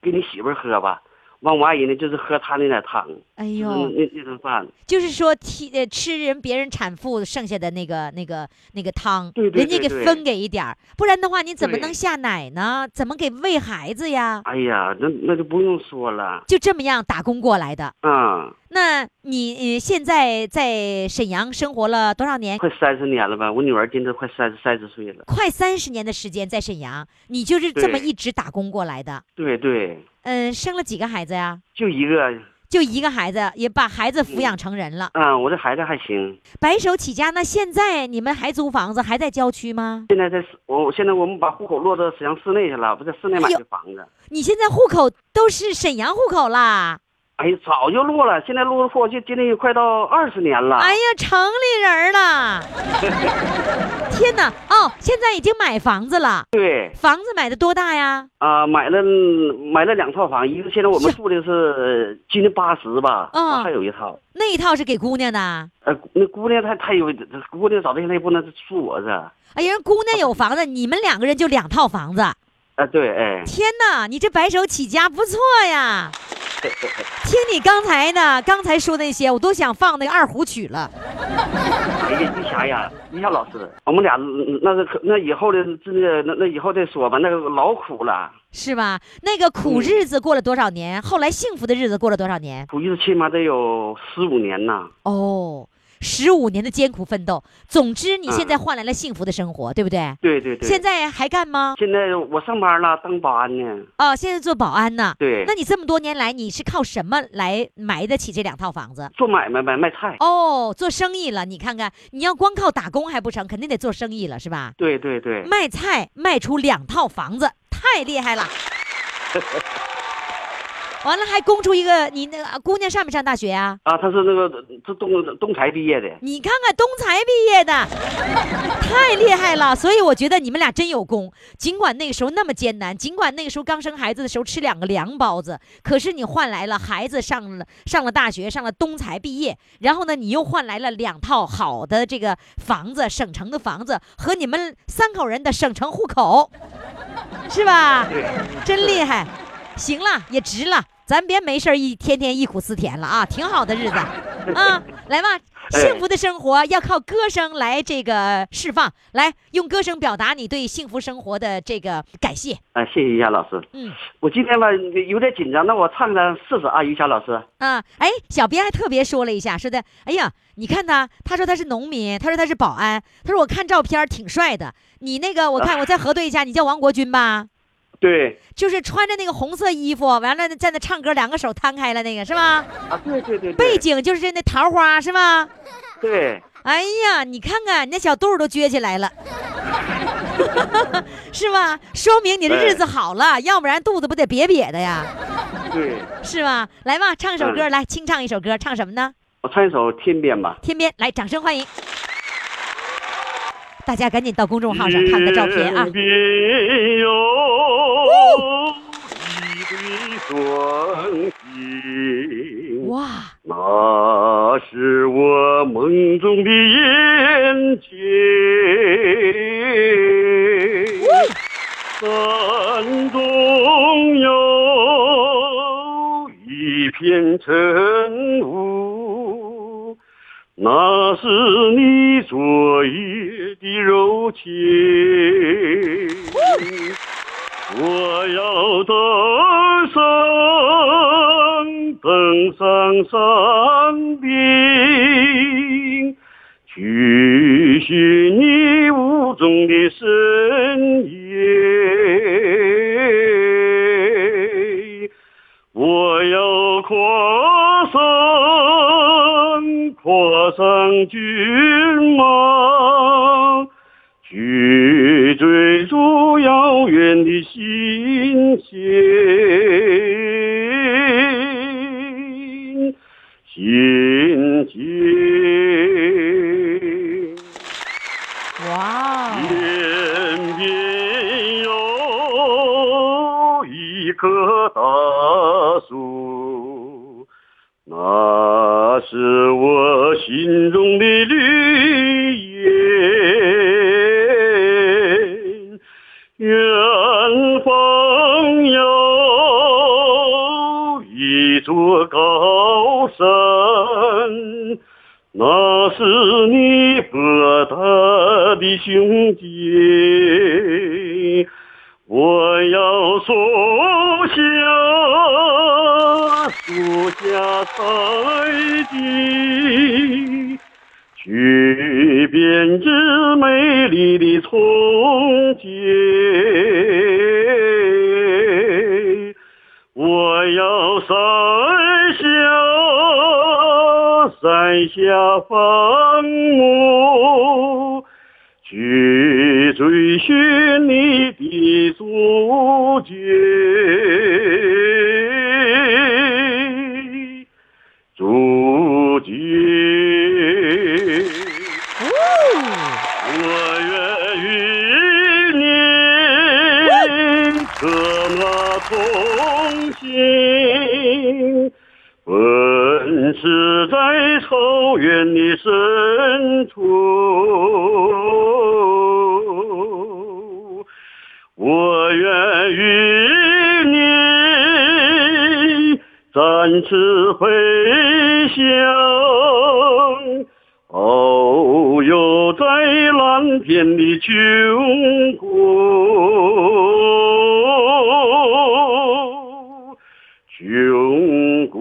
J: 给你媳妇儿喝吧。完，我爱人呢就是喝她那点儿汤，
C: 哎
J: 就
C: 呦，
J: 是那那顿饭。
C: 就是说替呃吃人别人产妇剩下的那个那个那个汤，
J: 对对
C: 人家给
J: 对对
C: 分给一点儿，不然的话你怎么
J: 对
C: 能下奶呢？怎么给喂孩子呀？
J: 哎呀，那那就不用说了，
C: 就这么样打工过来的。
J: 嗯，
C: 那你、呃现在在沈阳生活了多少年？
J: 快三十年了吧？我女儿今年快三三十岁了，
C: 快三十年的时间在沈阳，你就是这么
J: 对
C: 一直打工过来的。
J: 对对，
C: 嗯，生了几个孩子呀？
J: 就一个，
C: 就一个孩子，也把孩子抚养成人了。
J: 嗯啊、我这孩子还行。
C: 白手起家，那现在你们还租房子，还在郊区吗？
J: 现在在市我现在我们把户口落到沈阳市内去了，不在市内买
C: 哎
J: 的房子。
C: 你现在户口都是沈阳户口啦？
J: 哎呀，早就落了，现在落户就今天也快到二十年了。
C: 哎呀，城里人儿了！天哪，哦，现在已经买房子了，
J: 对
C: 房子买的多大呀？
J: 啊、买了买了两套房，一个现在我们住的是呃今年八十吧，
C: 嗯
J: 还有一套。
C: 那一套是给姑娘的。
J: 呃，那姑娘她她有姑娘找对象，她也不能住我这。啊、
C: 哎呀，人姑娘有房子，你们两个人就两套房子。
J: 对，哎，
C: 天哪，你这白手起家不错呀！听你刚才呢，刚才说那些，我都想放那个二胡曲了。
J: 哎呀，玉霞呀，玉霞老师，我们俩嗯那是可那以后的这个那那以后再说吧，那个老苦了，
C: 是吧？那个苦日子过了多少年？后来幸福的日子过了多少年？
J: 估计是起码得有十五年呐。
C: 哦，十五年的艰苦奋斗。总之，你现在
J: 嗯
C: 换来了幸福的生活，对不对？
J: 对对对。
C: 现在还干吗？
J: 现在我上班了，当保安呢。
C: 哦，现在做保安呢。
J: 对
C: 那，你这么多年来，你是靠什么来买得起这两套房子？
J: 做买卖呗，卖菜。
C: 哦，做生意了。你看看，你要光靠打工还不成，肯定得做生意了，是吧？
J: 对对对，
C: 卖菜卖出两套房子，太厉害了。完了，还供出一个你那个姑娘上没上大学啊？
J: 啊，他是那个这东东财毕业的，
C: 你看看东财毕业的， 太厉害了。所以我觉得你们俩真有功。尽管那个时候那么艰难，尽管那个时候刚生孩子的时候吃两个凉包子，可是你换来了孩子上了上了大学，上了东财毕业，然后呢，你又换来了两套好的这个房子，省城的房子和你们三口人的省城户口，是吧？真厉害。行了，也值了，咱别没事儿一天天忆苦思甜了啊，挺好的日子，啊，来吧，幸福的生活要靠歌声来这个释放，来用歌声表达你对幸福生活的这个感谢。
E: 啊，谢谢一下老师。
C: 嗯
E: 我今天吧有点紧张，那我唱唱试试啊，于霞老师。
C: 啊，哎，小编还特别说了一下，说的，哎呀，你看他，他说他是农民，他说他是保安，他说我看照片儿挺帅的，你那个我看我再核对一下，你叫王国军吧？
E: 对，
C: 就是穿着那个红色衣服，完了在那唱歌，两个手摊开了那个是吧？
E: 啊，对对对对，
C: 背景就是那桃花是吧？
E: 对，
C: 哎呀，你看看你那小肚儿都撅起来 了，是吧？说明你的日子好了，要不然肚子不得瘪瘪的呀，
E: 对，
C: 是吧？来吧，唱首歌，
E: 嗯
C: 来清唱一首歌，唱什么呢？
E: 我唱一首《天边》吧。
C: 天边，来，掌声欢迎！大家赶紧到公众号上看看照片啊
E: 天！边有一对双星，
C: 哇，
E: 那是我梦中的眼睛，山中有一片晨雾，那是你昨夜的柔情。我要登上登上山顶，去寻你雾中的身影。我要跨上跨上骏马。去追逐遥远的星星，星星。
C: 哇哦，
E: 天边有一棵大树，那是我心中的绿叶。远方有一座高山。那是你博大的胸襟，我要树下树下采的，去编织美丽的憧憬。我要山下山下放牧，去追寻你的足迹，足迹。我愿与你策马同行，奔驰在草原的深处。我愿与你展翅飞翔，遨游哦在蓝天的穹谷，穹谷。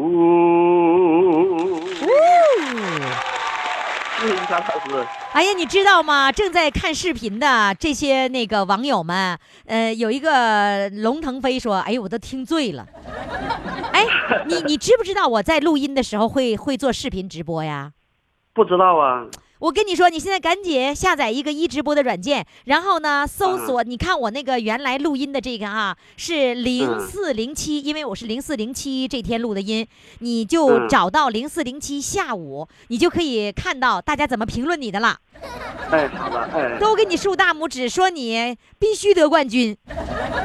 E: 谢谢张老师。
C: 哎呀，你知道吗？正在看视频的这些那个网友们，呃，有一个龙腾飞说：“哎呦，我都听醉了。” 哎，你你知不知道我在录音的时候会会做视频直播呀？
E: 不知道啊，
C: 我跟你说，你现在赶紧下载一个一直播的软件，然后呢，搜索，你看我那个原来录音的这个啊，是零四零七，因为我是零四零七这天录的音，你就
E: 嗯
C: 找到零四零七下午，你就可以看到大家怎么评论你的了，
E: 哎，好了，哎，
C: 都给你竖大拇指，说你必须得冠军。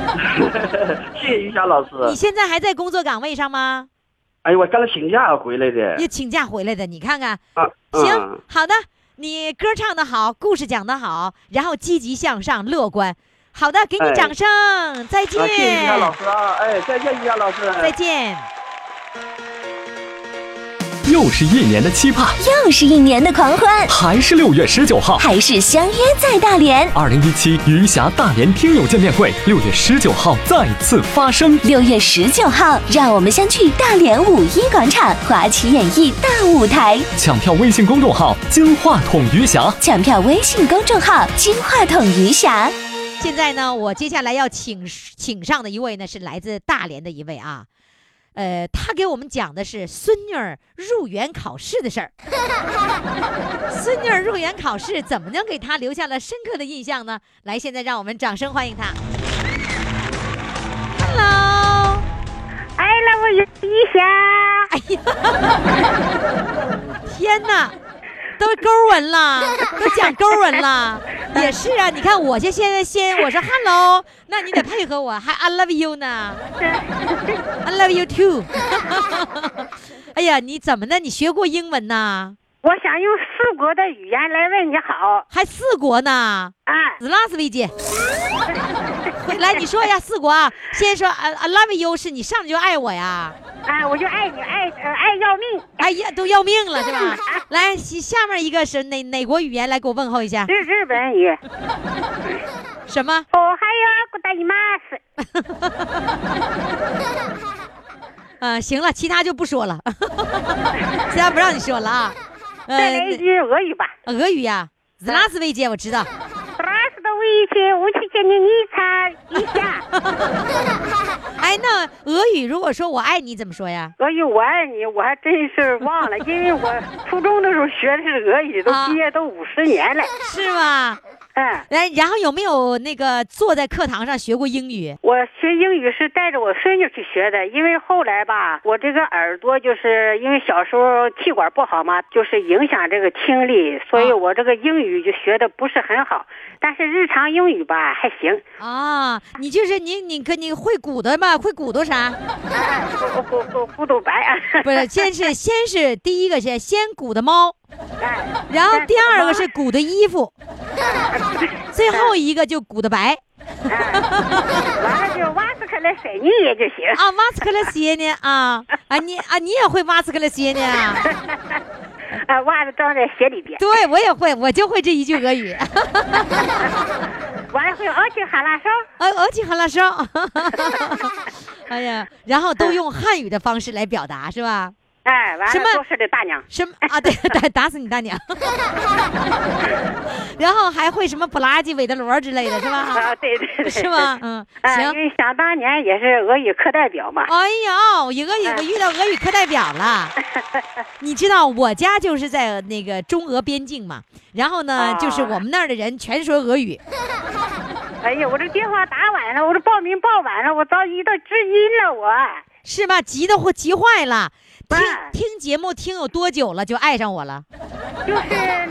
E: 谢谢于霞老师。
C: 你现在还在工作岗位上吗？
E: 哎呦，我刚才请假回来的。
C: 也请假回来的，你看看，
E: 啊，
C: 行
E: 嗯，，
C: 好的，你歌唱的好，故事讲的好，然后积极向上、乐观。好的，给你
E: 哎
C: 掌声，再见，
E: 啊，谢谢于霞老师啊，哎，再见，于霞老师。
C: 再见。
B: 又又是一年的期盼，
I: 又是一年的狂欢，
B: 还是六月十九号。
I: 还是相约在大连。
B: 二零一七余霞大连听友见面会，六月十九号再次发生。
I: 六月十九号，让我们相聚大连五一广场华旗演艺大舞台。
B: 抢票微信公众号“金话筒余霞
I: 抢票微信公众号“金话筒余霞
C: 现在呢，我接下来要请请上的一位呢是来自大连的一位啊，呃，他给我们讲的是孙女儿入园考试的事儿。孙女儿入园考试怎么能给她留下了深刻的印象呢？来，现在让我们掌声欢迎她。Hello，
K: I love you，一霞。
C: 哎呀，天哪！都勾文了，都讲勾文了，也是啊。你看我这现在先我说 hello，那你得配合我，还 I love you 呢，I love you too 哎呀，你怎么的？你学过英文呐？
K: 我想用四国的语言来问你好。
C: 还四国呢？
K: 啊，
C: 斯拉斯维姐， 来你说呀，四国啊，先说 I I love you 是你上来就爱我呀？
K: 啊，我就爱你，爱呃爱要命。
C: 哎呀，都要命了是吧？来，下下面一个是哪哪国语言？来给我问候一下，
K: 日日本语。
C: 什么？
K: 哦，还有古达伊玛斯。
C: 呃，行了，其他就不说了， 其他不让你说了啊。
K: 再来一
C: 呃，
K: 句俄语吧。
C: 俄语呀、斯拉斯维姐，我知道。
K: 拉斯的威胁，无期见你，你擦一下。
C: 哎，那俄语如果说我爱你怎么说呀？
K: 俄语我爱你，我还真是忘了，因为我初中的时候学的是俄语，都
C: 啊
K: 毕业都五十年了。
C: 是吗？
K: 嗯，
C: 哎，然后有没有那个坐在课堂上学过英语？
K: 我学英语是带着我孙女去学的，因为后来吧，我这个耳朵就是因为小时候气管不好嘛，就是影响这个听力，所以
C: 啊
K: 我这个英语就学的不是很好，但是日常英语吧还 行。
C: 啊，你就是你，你跟你会鼓捣吗？会鼓捣啥？
K: 不不 不不懂白啊！
C: 不是，先是先是第一个是先鼓捣猫，
K: 哎
C: 然后第二个是鼓捣衣 服，最后一个就鼓捣白
K: 完了就挖斯克来水泥也就行。
C: 啊，瓦斯克勒西呢啊啊你啊你也会瓦斯克勒西呢啊？
K: 啊，袜子装在鞋里边，
C: 对我也会，我就会这一句俄语，
K: 我还会奥去哈拉手。
C: 呃俄语哈拉少，哎呀，然后都用汉语的方式来表达是吧？
K: 哎，完
C: 什
K: 了
C: 么
K: 做事的大娘，
C: 什么啊？对，打打死你大 娘，然后还会什么布拉吉、韦德罗之类的是吧？
K: 啊，对对 对，
C: 是吗？ 嗯，
K: 啊，
C: 行
K: 因。为想当年也是俄语课代 表嘛。
C: 哎呀，我有个有个遇到俄语课代表 了，你知道我家就是在那个中俄边境嘛，然后呢，
K: 啊
C: 就是我们那儿的人全说俄语，
K: 哎呀，我这电话打晚了，我这报名报晚了，我着急都知音了我。
C: 是吧？急得或急坏了，听
K: 哎
C: 听节目听有多久了就爱上我了
K: 就是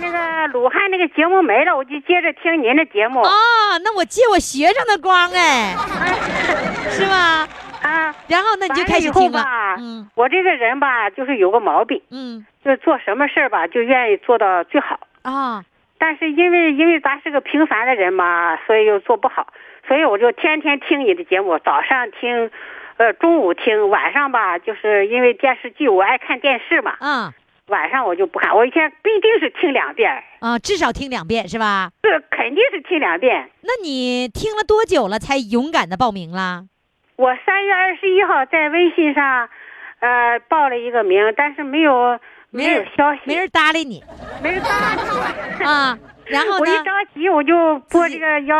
K: 那个鲁汉那个节目没了，我就接着听您的节目
C: 啊、那我借我学生的光 哎，是吧？
K: 啊。
C: 然后那你就
K: 完
C: 开
K: 了
C: 始
K: 以
C: 听
K: 后
C: 了
K: 吧，，
C: 嗯
K: 我这个人吧，就是有个毛病，
C: 嗯
K: 就是做什么事儿吧，就愿意做到最好。
C: 啊
K: 但是因为因为咱是个平凡的人嘛，所以又做不好，所以我就天天听你的节目，早上听，呃，中午听，晚上吧，就是因为电视剧我爱看电视嘛，
C: 啊
K: 晚上我就不看，我一天必定是听两遍，
C: 啊，至少听两遍是吧？
K: 是肯定是听两遍。
C: 那你听了多久了才勇敢的报名啦？
K: 我三月二十一号在微信上，呃，报了一个名，但是没有
C: 没
K: 没有
C: 人
K: 消息，
C: 没人搭理你
K: 没人搭理 我，
C: 啊，然后
K: 我
C: 呢？
K: 一着急我就拨这个幺，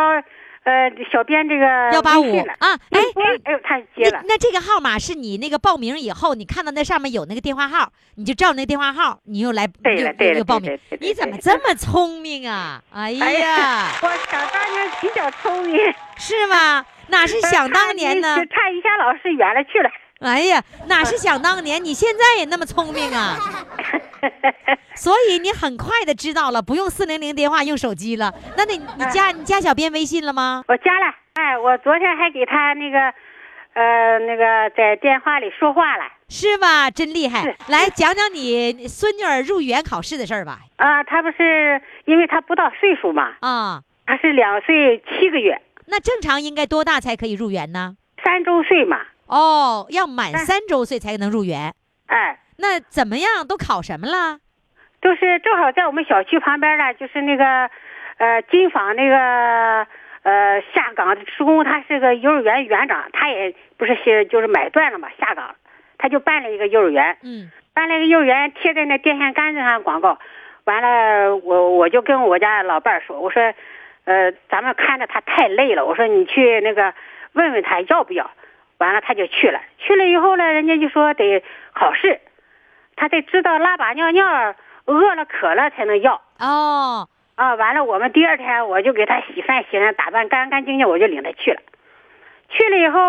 K: 呃，小编这个
C: 幺八
K: 微
C: 五
K: 信了
C: 啊，哎
K: 哎，哎呦，他
C: 那
K: 接了。
C: 那这个号码是你那个报名以后，你看到那上面有那个电话号，你就照那个电话号，你又来
K: 对了
C: 又
K: 对了
C: 又报
K: 对
C: 名
K: 了对。了
C: 你怎么
K: 对了
C: 这么聪明啊？哎呀，
K: 我想当年比较聪明，
C: 是吗？哪是想当年呢
K: 就？差一下老师远了去了。
C: 哎呀，哪是想当年？你现在也那么聪明啊！ 所以你很快的知道了，不用四零零电话，用手机了。那你你
K: 哎
C: 加你加小编微信了吗？
K: 我加了，哎，我昨天还给他那个，呃，那个在电话里说话了。
C: 是吧？真厉害
K: 是！
C: 来讲讲你孙女儿入园考试的事儿吧。
K: 啊，他不是因为他不到岁数嘛，
C: 啊，
K: 他是两岁七个月，
C: 那正常应该多大才可以入园呢？
K: 三周岁嘛，
C: 哦，要满
K: 哎
C: 三周岁才能入园。
K: 哎，
C: 那怎么样？都考什么了？
K: 就是正好在我们小区旁边呢，就是那个，呃，金纺那个，呃，下岗职工，他是个幼儿园园长，他也不是是就是买断了嘛，下岗了，他就办了一个幼儿园，
C: 嗯，
K: 办了一个幼儿园，贴在那电线杆子上广告，完了我我就跟我家老伴儿说，我说，呃，咱们看着他太累了，我说你去那个问问他要不要，完了他就去了，去了以后呢，人家就说得考试，他得知道拉粑尿尿，饿了渴了才能要
C: 哦，
K: 啊。完了，我们第二天我就给他洗饭洗上，打扮干干净净，我就领他去了。去了以后，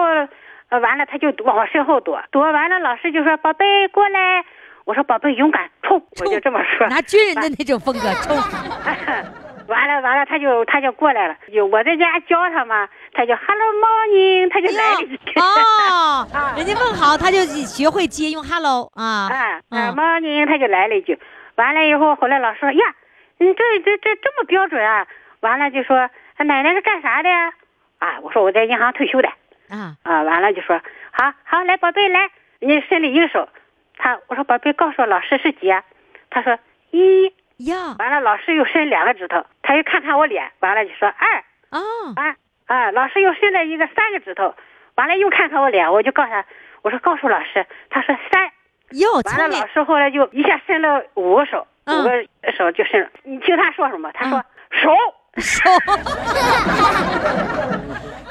K: 呃，完了他就往我身后躲，躲完了老师就说：“宝贝过来。”我说：“宝贝勇敢冲！”我就这么说。
C: 拿军人的那种风格冲。
K: 完了完了，他就他就过来了，就我在家教他嘛，他就 Hello morning，他就
C: 哎
K: 来
C: 呀
K: 了一句。
C: 哦
K: 啊，
C: 人家问好，他就学会接用 hello 啊
K: 啊，
C: 嗯
K: 啊，morning，他就来了一句，完了以后，后来老师说呀，你这这这这么标准啊？完了就说啊奶奶是干啥的呀？啊，我说我在银行退休的。
C: 啊，
K: 啊，完了就说好好来宝贝来，人家伸了一个手，他我说宝贝告诉我老师是几啊？他说一，
C: 呀
K: 完了老师又伸两个指头，他又看看我脸，完了就说二，
C: 啊，
K: 啊啊！老师又伸了一个三个指头，完了又看看我脸，我就告诉他，我说告诉老师，他说三，
C: 哟，
K: 完了
C: 聪明
K: 老师后来就一下伸了五个手，
C: 嗯
K: 五个手就伸了。你听他说什么？他说、
C: 嗯
K: 手，
C: 手，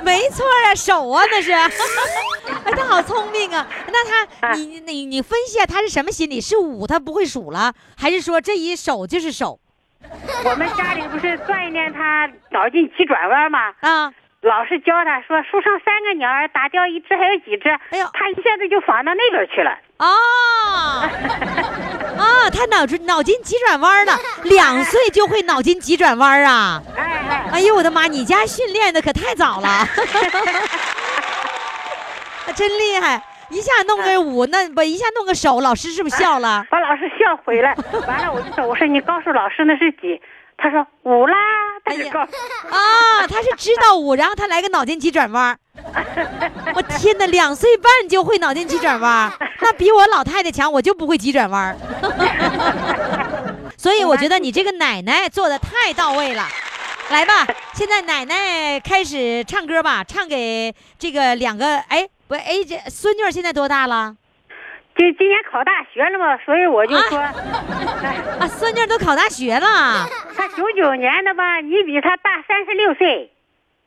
C: 没错啊，手啊， 那是。哎，他好聪明啊！那他，
K: 啊
C: 你你你你分析下啊他是什么心理？是五他不会数了，还是说这一手就是手
K: 我们家里不是锻炼他脑筋急转弯吗？
C: 啊？
K: 老师教他说，树上三个鸟儿，打掉一只还有几只？
C: 哎呦
K: 他一下子就仿到那边去了。
C: 哦，啊，他脑子脑筋急转弯了，两岁就会脑筋急转弯啊！
K: 哎哎，
C: 哎呦我的妈！你家训练的可太早了， 啊真厉害！一下弄
K: 啊
C: 个五，那不一下弄个手，老师是不是笑了？
K: 把老师笑回来。完了，我就说，我说你告诉老师那是几？他说五啦。他
C: 哎
K: 就
C: 呀
K: 告诉。
C: 啊，他是知道舞，然后他来个脑筋急转弯儿。我天哪，两岁半就会脑筋急转弯儿，那比我老太太强，我就不会急转弯儿。 所以我觉得你这个奶奶做的太到位了。来吧，现在奶奶开始唱歌吧，唱给这个两个哎不哎这孙女儿现在多大了？
K: 今今年考大学了嘛， 所以我就
C: 嗯
K: 说，
C: 啊，孙女儿都考大学了
K: 他九九年的吧，你比他大三十六岁，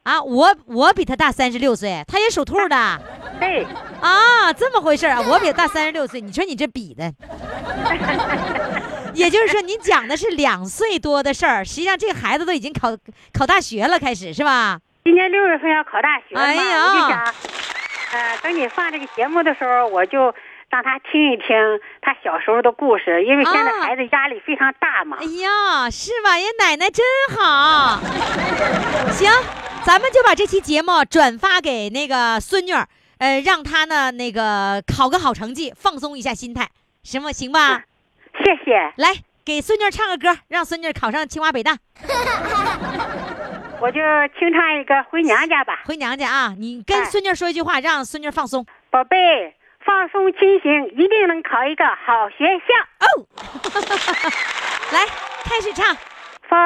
C: 啊！我我比她大三十六岁，她也属兔的。
K: 对，
C: 啊，这么回事儿啊！我比他大三十六岁，你说你这比的，也就是说你讲的是两岁多的事儿，实际上这个孩子都已经考考大学了，开始是吧？
K: 今年六月份要考大学嘛，
C: 哎呀
K: 我就想，呃，等你放这个节目的时候，我就让他听一听他小时候的故事，因为现在
C: 啊
K: 孩子压力非常大嘛
C: 哎。呀，是吧？人奶奶真好。行，咱们就把这期节目转发给那个孙女儿，呃，让她呢那个考个好成绩，放松一下心态，行吗？行吧？
K: 谢谢，
C: 来给孙女儿唱个歌，让孙女儿考上清华北大。
K: 我就清唱一个《回娘家》吧，
C: 回娘家啊！你跟
K: 哎
C: 孙女儿说一句话，让孙女儿放松。
K: 宝贝，放松心情，一定能考一个好学校。
C: 哦， 来开始唱。
K: 风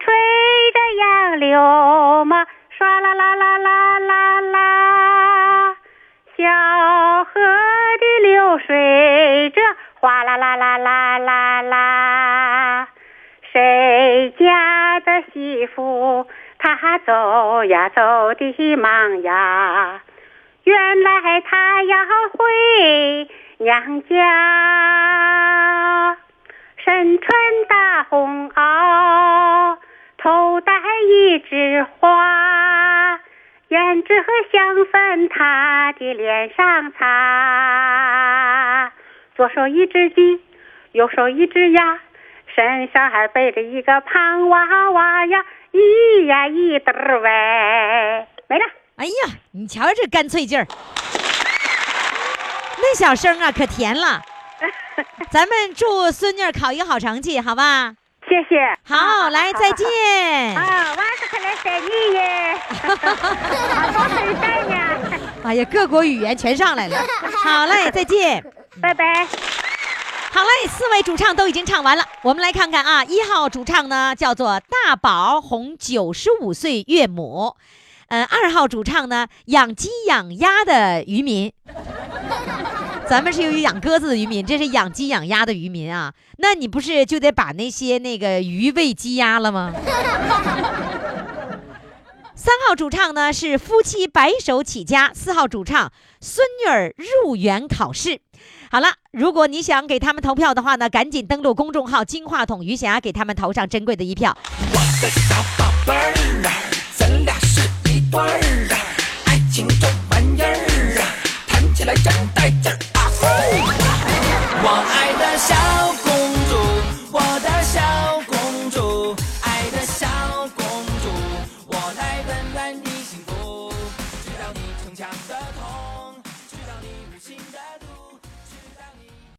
K: 吹着杨柳嘛，唰啦啦啦啦啦啦，小河的流水这哗啦啦啦啦啦啦，谁家的媳妇她走呀走的忙呀，原来她要回娘家。身穿大红袄，头戴一枝花，胭脂和香粉她的脸上擦，左手一只鸡，右手一只鸭，身上还背着一个胖娃娃呀，咿呀咿得儿喂，没了。
C: 哎呀，你瞧瞧这干脆 劲儿，那小声啊可甜 了。咱们祝孙女儿考一个好成绩，好吧？
K: 谢谢。
C: 好，来再。见。
K: 啊，晚上可来晒你 耶！啊，多晒晒呢，
C: 哎呀，各国语言全上来了。好嘞，再见。
K: 拜拜。
C: 好嘞，四位主唱都已经唱完了，我们来看看啊，一号主唱呢叫做大宝，红九十五岁岳母，嗯、二号主唱呢养鸡养鸭的渔 民，咱们是由于养鸽子的渔民，这是养鸡养鸭的渔民啊，那你不是就得把那些那个鱼喂鸡鸭了吗？三号主唱呢是夫妻白手起家，四号主唱孙女儿入园考试。好了，如果你想给他们投票的话呢，赶紧登录公众号“金话筒余霞”，给他们投上珍贵的一票。
A: 贝儿啊，咱俩是一对儿啊，爱情这玩意儿啊，谈起来真带劲儿啊！呼